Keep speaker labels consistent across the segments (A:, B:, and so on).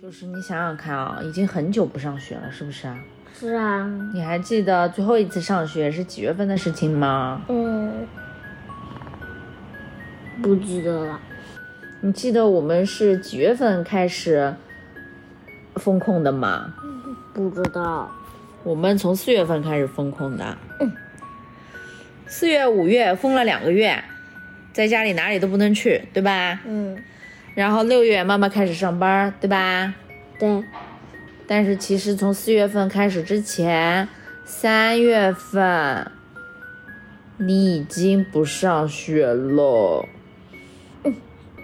A: 就是你想想看啊，已经很久不上学了，是不是啊？
B: 是啊，
A: 你还记得最后一次上学是几月份的事情吗？
B: 嗯，不记得了。
A: 你记得我们是几月份开始封控的吗？
B: 不知道，
A: 我们从四月份开始封控的，四月、五月封了两个月，在家里哪里都不能去，对吧？
B: 嗯，
A: 然后六月妈妈开始上班，对吧？
B: 对，
A: 但是其实从四月份开始之前，三月份你已经不上学了，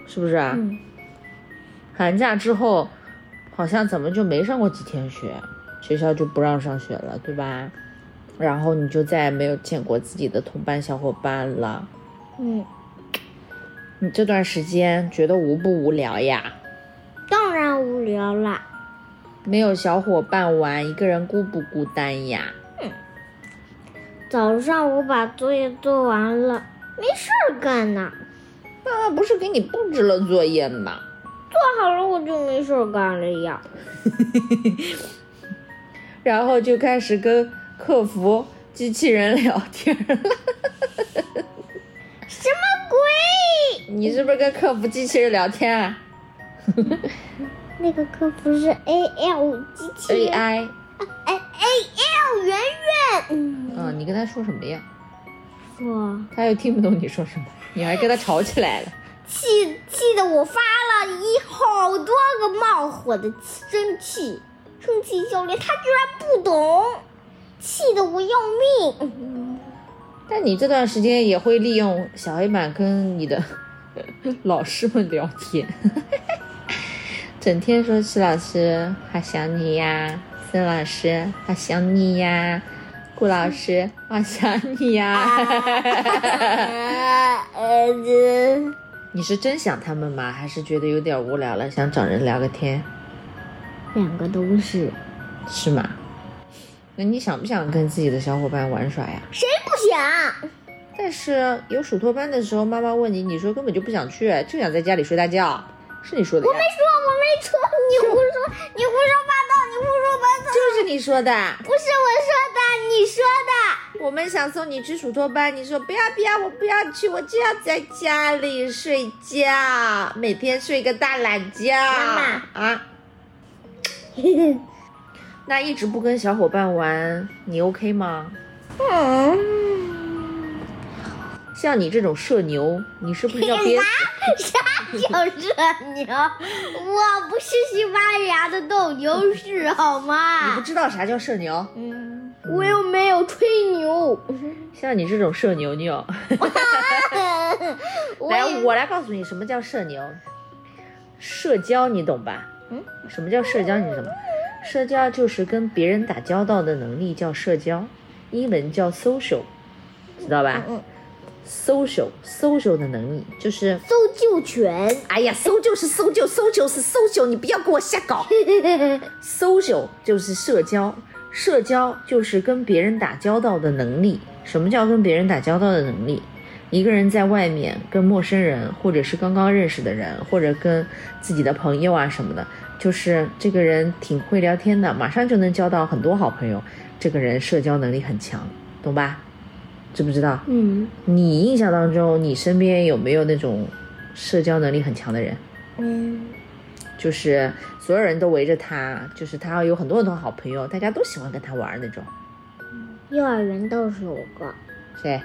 A: 是不是啊？
B: 嗯
A: 寒假之后，好像怎么就没上过几天学，学校就不让上学了，对吧？然后你就再也没有见过自己的同班小伙伴了。
B: 嗯，
A: 你这段时间觉得无不无聊呀？
B: 当然无聊啦。
A: 没有小伙伴玩，一个人孤不孤单呀？
B: 早上我把作业做完了，没事儿干呢。
A: 妈啊妈不是给你布置了作业吗？
B: 做好了我就没事儿干了呀。
A: 然后就开始跟客服机器人聊天了。
B: 什么鬼？
A: 你是不是跟客服机器人聊天啊
B: 那个客服是 A L 机器人
A: ？AI，
B: 哎 A L 圆圆。嗯，
A: 嗯，你跟他说什么呀？
B: 哇，
A: 他又听不懂你说什么，你还跟他吵起来了。
B: 气气得我发了一好多个冒火的生气，生气教练他居然不懂，气得我要命。
A: 但你这段时间也会利用小黑板跟你的 老师们聊天，整天说戚老师好想你呀，孙老师好想你呀，顾老师好想你呀。
B: 啊呃呃，
A: 你是真想他们吗？还是觉得有点无聊了，想找人聊个天，
B: 两个都是，
A: 是吗？那你想不想跟自己的小伙伴玩耍呀？
B: 谁不想？
A: 但是有暑托班的时候，妈妈问你，你说根本就不想去，就想在家里睡大觉，是你说的呀？
B: 说我没错，你胡说，你胡说八道，你胡说八道，
A: 就是你说的。
B: 不是我说的，你说的。
A: 我们想送你去暑托班，你说不要不要，我不要去，我就要在家里睡觉，每天睡个大懒觉。
B: 妈妈
A: 啊，那一直不跟小伙伴玩，你 OK 吗？
B: 嗯，
A: 像你这种社牛，你是不是要憋死？
B: 叫热牛，哦我不是西班牙的斗牛士，好
A: 你不
B: 吗？
A: 知道啥叫社牛？
B: 嗯，我又没有吹牛。
A: 像你这种社牛牛，
B: 我
A: 来，
B: 也
A: 我来告诉你什么叫社牛。社交你懂吧？
B: 嗯，
A: 什么叫社交？你懂吗？社交就是跟别人打交道的能力叫社交，英文叫 social，知道吧
B: 嗯
A: ？social social 的能力就是，
B: 搜救 犬，
A: 哎呀，搜就是搜救，搜救是搜救，你不要给我瞎搞。social 就是社交，社交就是跟别人打交道的能力。什么叫跟别人打交道的能力？一个人在外面跟陌生人，或者是刚刚认识的人，或者跟自己的朋友啊什么的，就是这个人挺会聊天的，马上就能交到很多好朋友。这个人社交能力很强，懂吧？知不知道？
B: 嗯
A: 你印象当中，你身边有没有那种社交能力很强的人？
B: 嗯，
A: 就是所有人都围着他，就是他有很多很多好朋友，大家都喜欢跟他玩儿那种。
B: 幼儿园倒是有个。
A: 谁？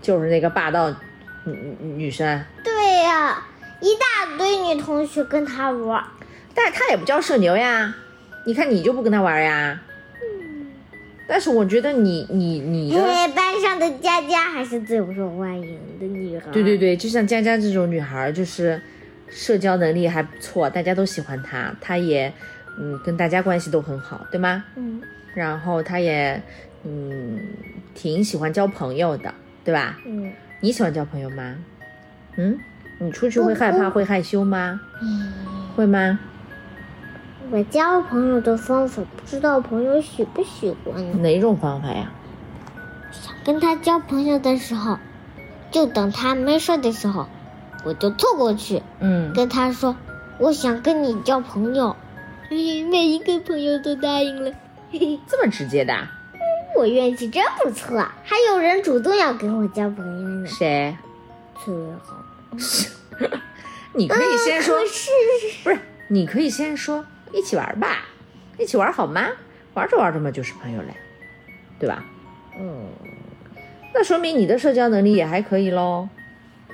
A: 就是那个霸道女女女生，啊
B: 对呀、一大堆女同学跟他玩。
A: 但是她也不叫社牛呀。你看你就不跟他玩儿呀。但是我觉得你你你
B: 因
A: 的，
B: 为班上的佳佳还是最不受欢迎的女孩。
A: 对对对，就像佳佳这种女孩儿，就是社交能力还不错，大家都喜欢她，她也嗯跟大家关系都很好，对吗？
B: 嗯
A: 然后她也嗯挺喜欢交朋友的，对吧？
B: 嗯
A: 你喜欢交朋友吗？嗯，你出去会害怕、
B: 嗯嗯
A: 会害羞吗？
B: 嗯，
A: 会吗？
B: 我交朋友的方法不知道朋友喜不喜欢呢。
A: 哪种方法呀？
B: 跟他交朋友的时候，就等他没事的时候，我就凑过去
A: 嗯，
B: 跟他说，我想跟你交朋友。每一个朋友都答应了。嘿嘿，
A: 这么直接的啊？
B: 我运气真不错，啊还有人主动要跟我交朋友呢。
A: 谁？
B: 崔文浩，
A: 你可以先说，
B: 啊可是
A: 不是？你可以先说，一起玩吧，一起玩好吗？玩着玩着嘛，就是朋友嘞，对吧？嗯，那说明你的社交能力也还可以喽，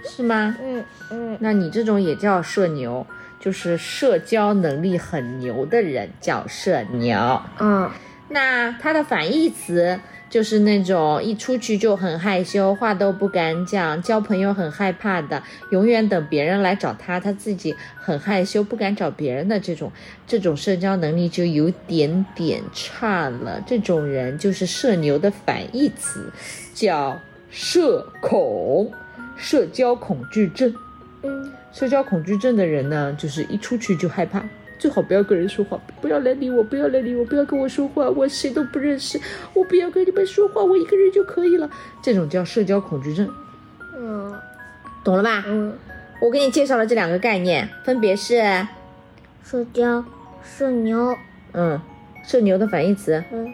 A: 是吗？
B: 嗯嗯，
A: 那你这种也叫社牛，就是社交能力很牛的人叫社牛。
B: 嗯，
A: 那它的反义词就是那种一出去就很害羞，话都不敢讲，交朋友很害怕的，永远等别人来找他，他自己很害羞，不敢找别人的这种，这种社交能力就有点点差了。这种人就是社牛的反义词，叫社恐，社交恐惧症。
B: 嗯，
A: 社交恐惧症的人呢，就是一出去就害怕，最好不要跟人说话，不要来理我，不要来理我，不要跟我说话，我谁都不认识，我不要跟你们说话，我一个人就可以了。这种叫社交恐惧症，
B: 嗯
A: 懂了吧？
B: 嗯，
A: 我给你介绍了这两个概念，分别是，
B: 社交社牛，
A: 嗯，社牛的反义词，
B: 嗯，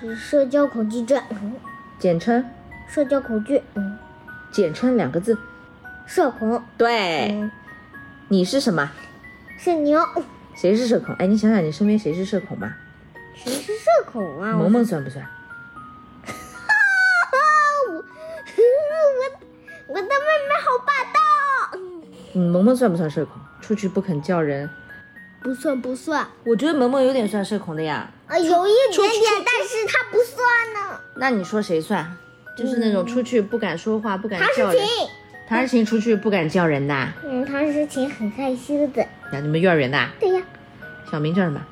B: 是社交恐惧症，嗯
A: 简称，
B: 社交恐惧，嗯，
A: 简称两个字。
B: 社恐，
A: 对，
B: 嗯，
A: 你是什么？
B: 社牛，
A: 谁是社恐？哎，你想想你身边谁是社恐吧？
B: 谁是社恐啊？我
A: 萌萌算不算？
B: 我 我的妹妹好霸道，
A: 嗯，萌萌算不算社恐？出去不肯叫人，
B: 不算不算，
A: 我觉得萌萌有点算社恐的呀。
B: 啊，有一
A: 出
B: 点
A: 出
B: 点，但是它不算呢，
A: 那你说谁算？就是那种出去不敢说话、不敢
B: 唐诗
A: 叫人。
B: 晴，
A: 唐诗晴出去不敢叫人的，
B: 嗯，唐诗晴很害羞的，
A: 呀，你们幼儿园的
B: 对呀，
A: 小名叫什么？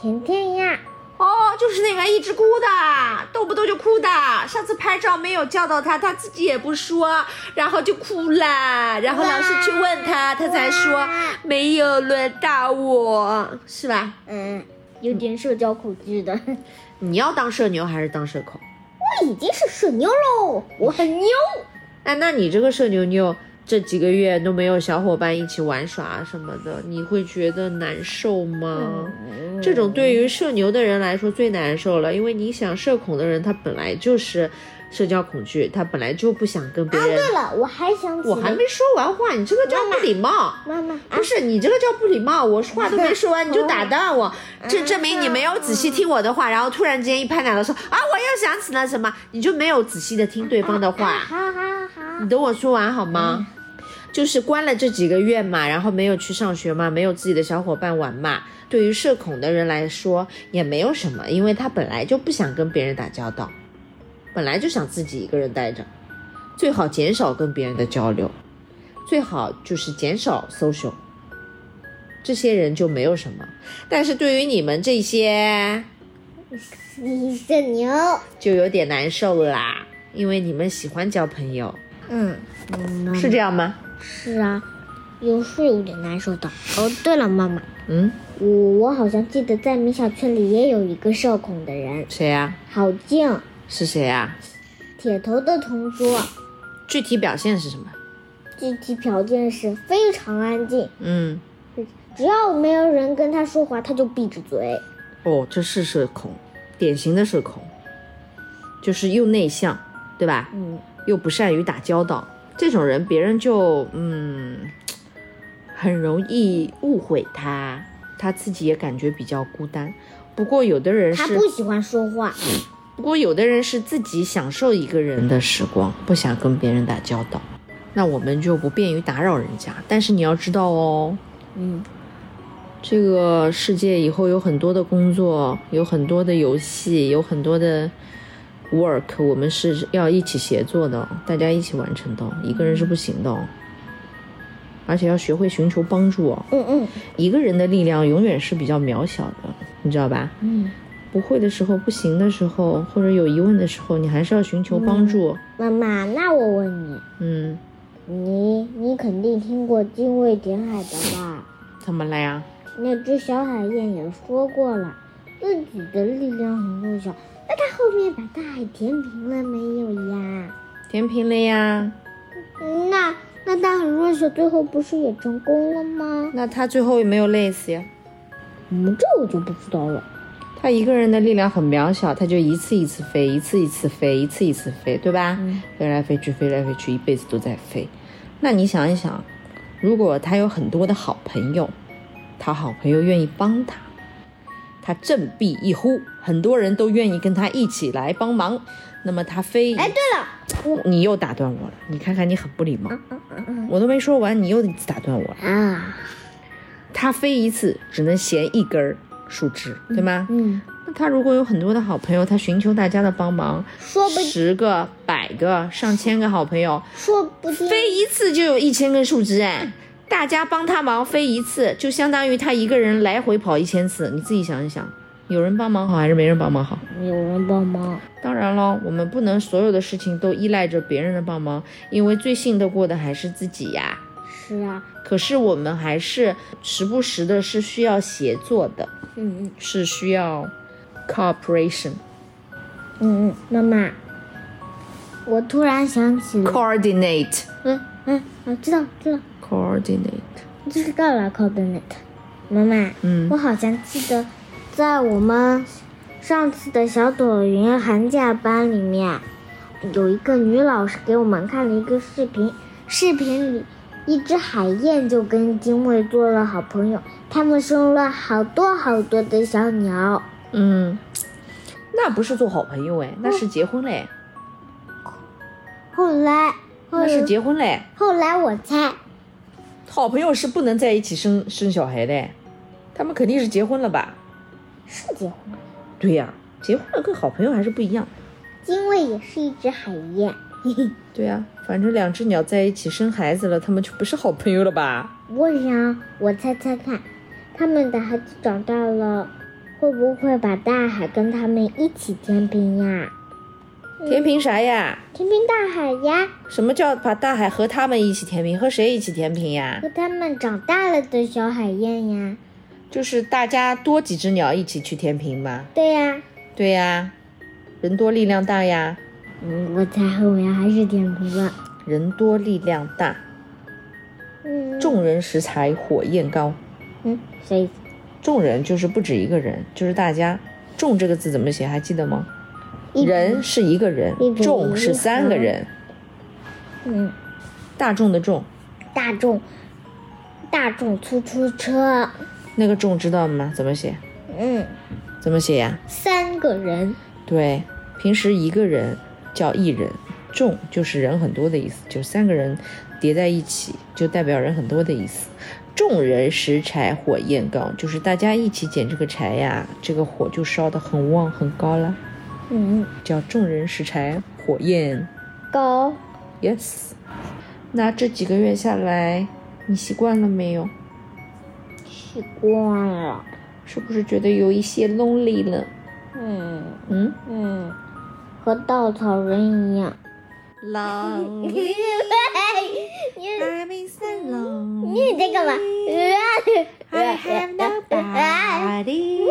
B: 甜甜呀，
A: 哦，就是那个一直哭的，动不动就哭的。上次拍照没有叫到他，他自己也不说，然后就哭了。然后老师去问他，他才说
B: 哇
A: 没有轮到我，是吧？
B: 嗯，有点社交恐惧 的。
A: 你要当社牛还是当社恐？
B: 我已经是水牛喽，我很牛。
A: 哎，那你这个社牛牛这几个月都没有小伙伴一起玩耍什么的，你会觉得难受
B: 嗯
A: 吗？这种对于社牛的人来说最难受了，因为你想社恐的人，他本来就是社交恐惧，他本来就不想跟别人。
B: 对了，我还想起
A: 我还没说完话，你这个叫不礼貌。
B: 妈妈啊
A: 不，是你这个叫不礼貌，我话都没说完你就打断我，这证明你没有仔细听我的话，然后突然之间一拍脑袋说啊，我又想起了什么，你就没有仔细的听对方的话。
B: 啊好好好
A: 你，等我说完好吗？就是关了这几个月嘛，然后没有去上学嘛，没有自己的小伙伴玩嘛。对于社恐的人来说也没有什么，因为他本来就不想跟别人打交道，本来就想自己一个人待着，最好减少跟别人的交流，最好就是减少 social。这些人就没有什么，但是对于你们这些
B: 你是牛，
A: 就有点难受啦，因为你们喜欢交朋友，
B: 嗯嗯，
A: 是这样吗？
B: 是啊，有是有点难受的。哦，对了，妈妈，
A: 嗯，
B: 我我好像记得在米小圈里也有一个社恐的人，
A: 谁啊呀、
B: 郝静，
A: 是谁啊呀、
B: 铁头的同桌，
A: 具体表现是什么？
B: 具体条件是非常安静，
A: 嗯，
B: 只要没有人跟他说话，他就闭着嘴。
A: 哦，这是社恐，典型的社恐，就是又内向，对吧？
B: 嗯。
A: 又不善于打交道，这种人别人就嗯，很容易误会他，他自己也感觉比较孤单。不过有的人
B: 他
A: 是，
B: 不喜欢说话，
A: 不过有的人是自己享受一个人的时光，不想跟别人打交道。那我们就不便于打扰人家，但是你要知道哦，
B: 嗯，
A: 这个世界以后有很多的工作，有很多的游戏，有很多的 work，我们是要一起协作的，大家一起完成的，一个人是不行的哦。而且要学会寻求帮助哦，
B: 嗯嗯
A: 一个人的力量永远是比较渺小的，你知道吧？
B: 嗯，
A: 不会的时候、不行的时候，或者有疑问的时候，你还是要寻
B: 嗯
A: 求帮助。
B: 妈妈，那我问你，
A: 嗯，
B: 你你肯定听过精卫填海的吧？
A: 怎么了呀？
B: 那只小海燕也说过了，自己的力量很弱小，那它后面把大海填平了没有呀？
A: 填平了呀。
B: 那那它很弱小，最后不是也成功了吗？
A: 那他最后有没有累死呀？
B: 嗯，这我就不知道了。
A: 它一个人的力量很渺小，它就一次一次飞，一次一次飞，一次一次飞，对吧？
B: 嗯
A: 飞来飞去，飞来飞去，一辈子都在飞。那你想一想，如果他有很多的好朋友，他好朋友愿意帮他，他振臂一呼，很多人都愿意跟他一起来帮忙，那么他飞，
B: 哎，对了，
A: 你又打断我了，你看看你很不礼貌，
B: 嗯嗯
A: 我都没说完，你又打断我了。
B: 嗯啊，
A: 他飞一次只能衔一根儿树枝，对吗？
B: 嗯，
A: 那他如果有很多的好朋友，他寻求大家的帮忙，
B: 说不
A: 十个、百个、上千个好朋友，
B: 说不定
A: 飞一次就有一千根树枝哎，大家帮他忙飞一次，就相当于他一个人来回跑一千次。你自己想一想，有人帮忙好还是没人帮忙好？
B: 有人帮忙。
A: 当然了，我们不能所有的事情都依赖着别人的帮忙，因为最信得过的还是自己呀。
B: 是啊，
A: 可是我们还是时不时的是需要协作的，
B: 嗯嗯
A: 是需要 cooperation
B: 嗯嗯，妈妈，我突然想起了，
A: coordinate
B: 嗯嗯，我知道知道，
A: coordinate
B: 这是干嘛 coordinate？妈妈，
A: 嗯
B: 我好像记得，在我们上次的小朵云寒假班里面，有一个女老师给我们看了一个视频，视频里一只海燕就跟精卫做了好朋友，他们生了好多好多的小鸟。
A: 嗯，那不是做好朋友哎，那是结婚嘞，
B: 后来，后
A: 那是结婚嘞。
B: 后来我猜，
A: 好朋友是不能在一起生生小孩的，他们肯定是结婚了吧？
B: 是结婚了，
A: 对呀、结婚了跟好朋友还是不一样。
B: 精卫也是一只海燕。 嘿嘿，
A: 对呀、反正两只鸟在一起生孩子了，他们就不是好朋友了吧？
B: 我想我猜猜看，他们的孩子长大了，会不会把大海跟他们一起填平呀？
A: 甜平啥呀？
B: 填平大海呀，
A: 什么叫把大海和他们一起填平？和谁一起填平呀
B: 和？他们长大了的小海燕呀。
A: 就是大家多几只鸟一起去填平嘛。
B: 对呀，
A: 对呀、人多力量大呀，
B: 嗯，我猜后面还是填平吧。
A: 人多力量大，
B: 嗯，
A: 众人拾柴火焰高。
B: 嗯，所以
A: 众人就是不止一个人，就是大家。众这个字怎么写？还记得吗？
B: 一
A: 人是一个人
B: 一，笔
A: 众是三个人，
B: 嗯，
A: 大众的众，
B: 大众，大众出租车，
A: 那个众知道吗？怎么写？
B: 嗯，
A: 怎么写呀？
B: 三个人，
A: 对，平时一个人叫一人，众就是人很多的意思，就三个人叠在一起就代表人很多的意思。众人拾柴火焰高，就是大家一起捡这个柴呀，这个火就烧得很旺很高了，
B: 嗯，
A: 叫众人拾柴火焰。
B: 高，
A: Yes，那这几个月下来，你习惯了没有？
B: 习惯了，
A: 是不是觉得有一些 lonely 了？
B: 嗯。
A: 嗯
B: 嗯，和稻草人一样。
A: ，lonely，哎
B: 你
A: I'm so lonely。
B: 你在干嘛？
A: I have nobody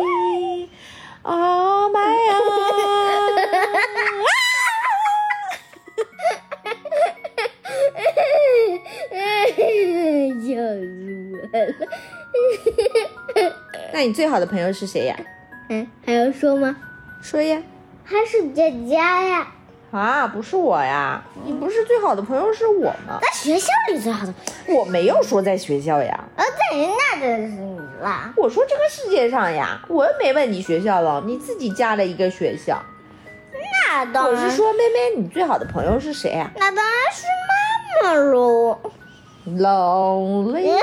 A: on my own。
B: 笑死我了！
A: 那你最好的朋友是谁呀？
B: 嗯，还要说吗？
A: 说呀。
B: 还是姐姐呀，
A: 啊，不是我呀，你不是最好的朋友是我吗？
B: 在学校里最好的，
A: 我没有说在学校呀，
B: 而在人那就是你啦。
A: 我说这个世界上呀，我又没问你学校了，你自己加了一个学校。
B: 那当
A: 我
B: 然
A: 是，说，妹妹，你最好的朋友是谁呀、
B: 那当然是妈妈喽。
A: Lonely,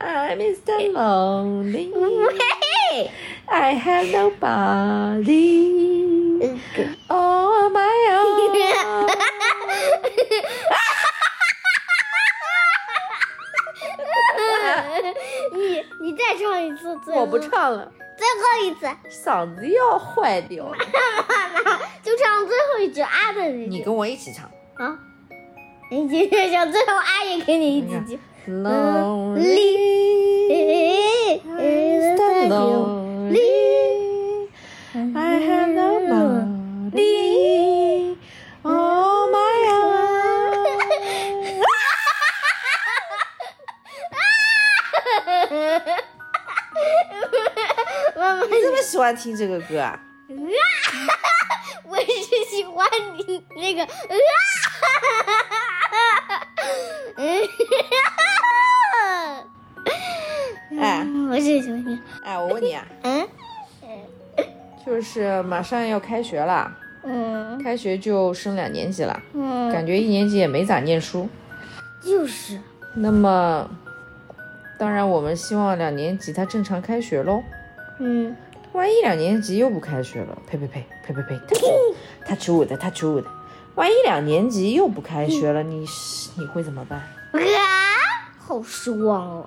A: I'm Mr. Lonely. I have nobody on my own.
B: 你你再唱一次，最后
A: 我不，唱了，
B: 最后一次，
A: 嗓子要坏掉了。
B: 就唱最后一句啊的那句。
A: 你跟我一起唱。
B: 啊，你今天想最后阿姨给你几句。
A: Lonely, I'm Mr. Lonely. I have nobody on my own.
B: 哈妈妈，
A: 你这么喜欢听这个歌啊？
B: 我是喜欢你那个啊，
A: 哎
B: 嗯，我是喜欢你，
A: 哎，我问你啊，
B: 嗯
A: 就是马上要开学了，
B: 嗯
A: 开学就升两年级了，
B: 嗯，
A: 感觉一年级也没咋念书。
B: 就是，
A: 那么，当然我们希望两年级他正常开学喽。
B: 嗯，
A: 万一两年级又不开学了，呸呸呸呸呸呸，他初五的，他初五的。万一两年级又不开学了，你是你会怎么办？
B: 啊，好失望哦。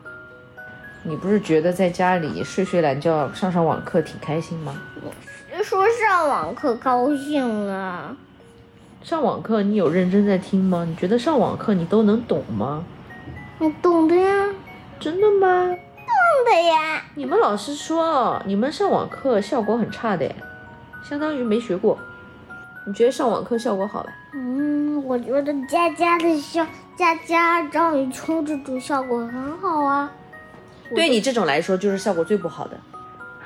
A: 你不是觉得在家里睡睡懒觉、上上网课挺开心吗？
B: 说上网可高兴了，
A: 上网课你有认真在听吗？你觉得上网课你都能懂吗？
B: 你懂的呀，
A: 真的吗？
B: 懂的呀。
A: 你们老师说你们上网课效果很差的，相当于没学过。你觉得上网课效果好吧？
B: 嗯，我觉得佳佳的效，佳佳张雨秋这种效果很好啊。
A: 对你这种来说，就是效果最不好的，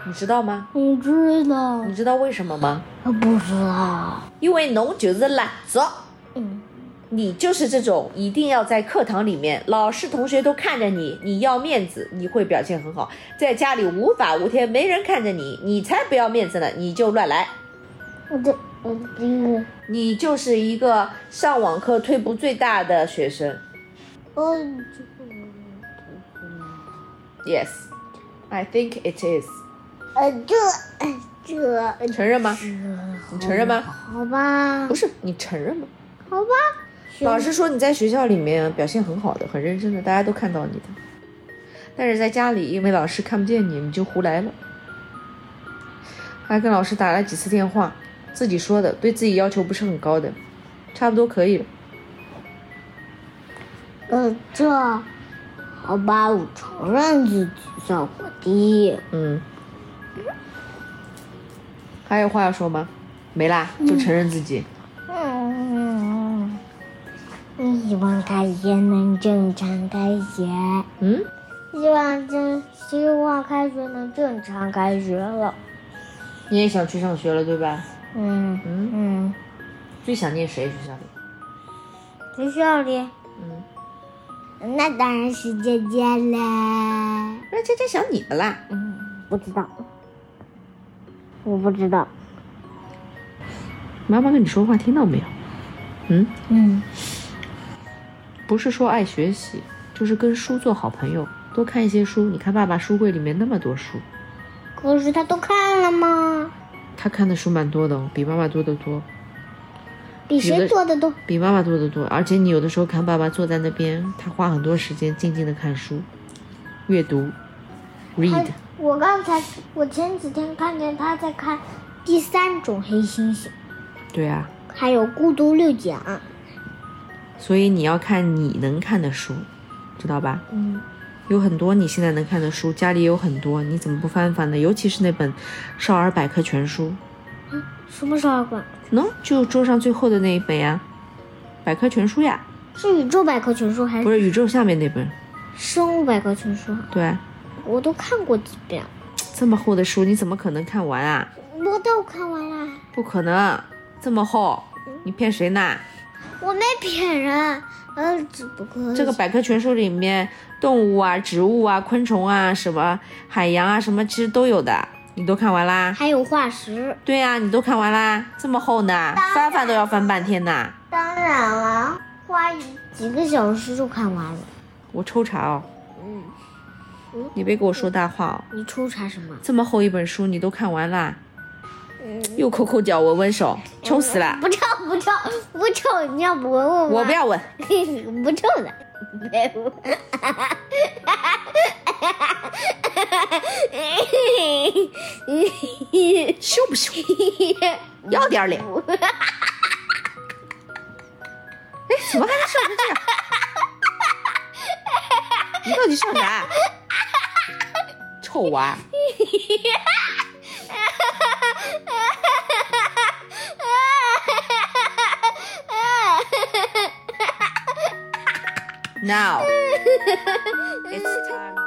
A: 你知道吗？
B: 你知道？
A: 你知道为什么吗？
B: 我不知道。
A: 因为侬就是懒着，
B: 嗯，
A: 你就是这种一定要在课堂里面，老师同学都看着你，你要面子，你会表现很好；在家里无法无天，没人看着你，你才不要面子呢，你就乱来。
B: 我的我的鼻子，
A: 你就是一个上网课退步最大的学生。
B: 我
A: Yes, I think it is。
B: 呃这这呃
A: 承认吗？你承认吗？
B: 好吧
A: 不，是，你承认吗？
B: 好吧。
A: 老师说你在学校里面表现很好的，很认真的，大家都看到你的。但是在家里，因为老师看不见你，你就胡来了。还跟老师打了几次电话，自己说的，对自己要求不是很高的，差不多可以了。
B: 呃这好吧，我承认自己效果低。
A: 嗯。还有话要说吗？没啦，就承认自己。
B: 嗯，希望他也能正常开学，
A: 嗯，
B: 希望正希望开学能正常开学了。
A: 你也想去上学了，对吧？
B: 嗯
A: 嗯
B: 嗯，
A: 最想念谁？学校里？
B: 学校里
A: 嗯，
B: 那当然是姐姐啦。
A: 那佳佳想你们啦。
B: 嗯，不知道，我不知道。
A: 妈妈跟你说话听到没有？嗯，
B: 嗯，
A: 不是说爱学习，就是跟书做好朋友，多看一些书。你看爸爸书柜里面那么多书，
B: 可是他都看了吗？
A: 他看的书蛮多的哦，比妈妈多得多，
B: 比
A: 有
B: 谁
A: 的
B: 做的都
A: 比妈妈多得多。而且你有的时候看爸爸坐在那边，他花很多时间静静的看书，阅读，read
B: 他。我刚才，我前几天看见他在看第三种黑猩猩，
A: 对啊，
B: 还有《孤独六讲》。
A: 所以你要看你能看的书，知道吧？
B: 嗯，
A: 有很多你现在能看的书，家里有很多，你怎么不翻翻呢？尤其是那本《少儿百科全书》，
B: 什么时候管？
A: 喏、就桌上最后的那一本呀，《百科全书》呀，
B: 是宇宙百科全书还
A: 不
B: 是
A: 是宇宙下面那本。
B: 生物百科全书？啊
A: 对，
B: 我都看过几遍，
A: 这么厚的书你怎么可能看完啊？
B: 我都看完了，
A: 不可能，这么厚，你骗谁呢？
B: 我没骗人，呃，只不过
A: 这个百科全书里面，动物啊、植物啊、昆虫啊、什么海洋啊、什么，其实都有的，你都看完啦？
B: 还有化石。
A: 对呀、你都看完啦，这么厚呢，翻翻都要翻半天呢。
B: 当然了，花几个小时就看完了。
A: 我抽查哦，
B: 嗯，
A: 你别给我说大话哦。
B: 你抽查什么？
A: 这么厚一本书你都看完啦，
B: 嗯，
A: 又抠抠脚，闻闻手，臭死了！
B: 不臭不臭不臭，你要不闻闻吗？
A: 我不要闻，
B: 不臭的，没有。
A: 羞不羞？要点脸。哎，怎么还能笑成这样？你到底笑啥？臭娃儿！Now it's time.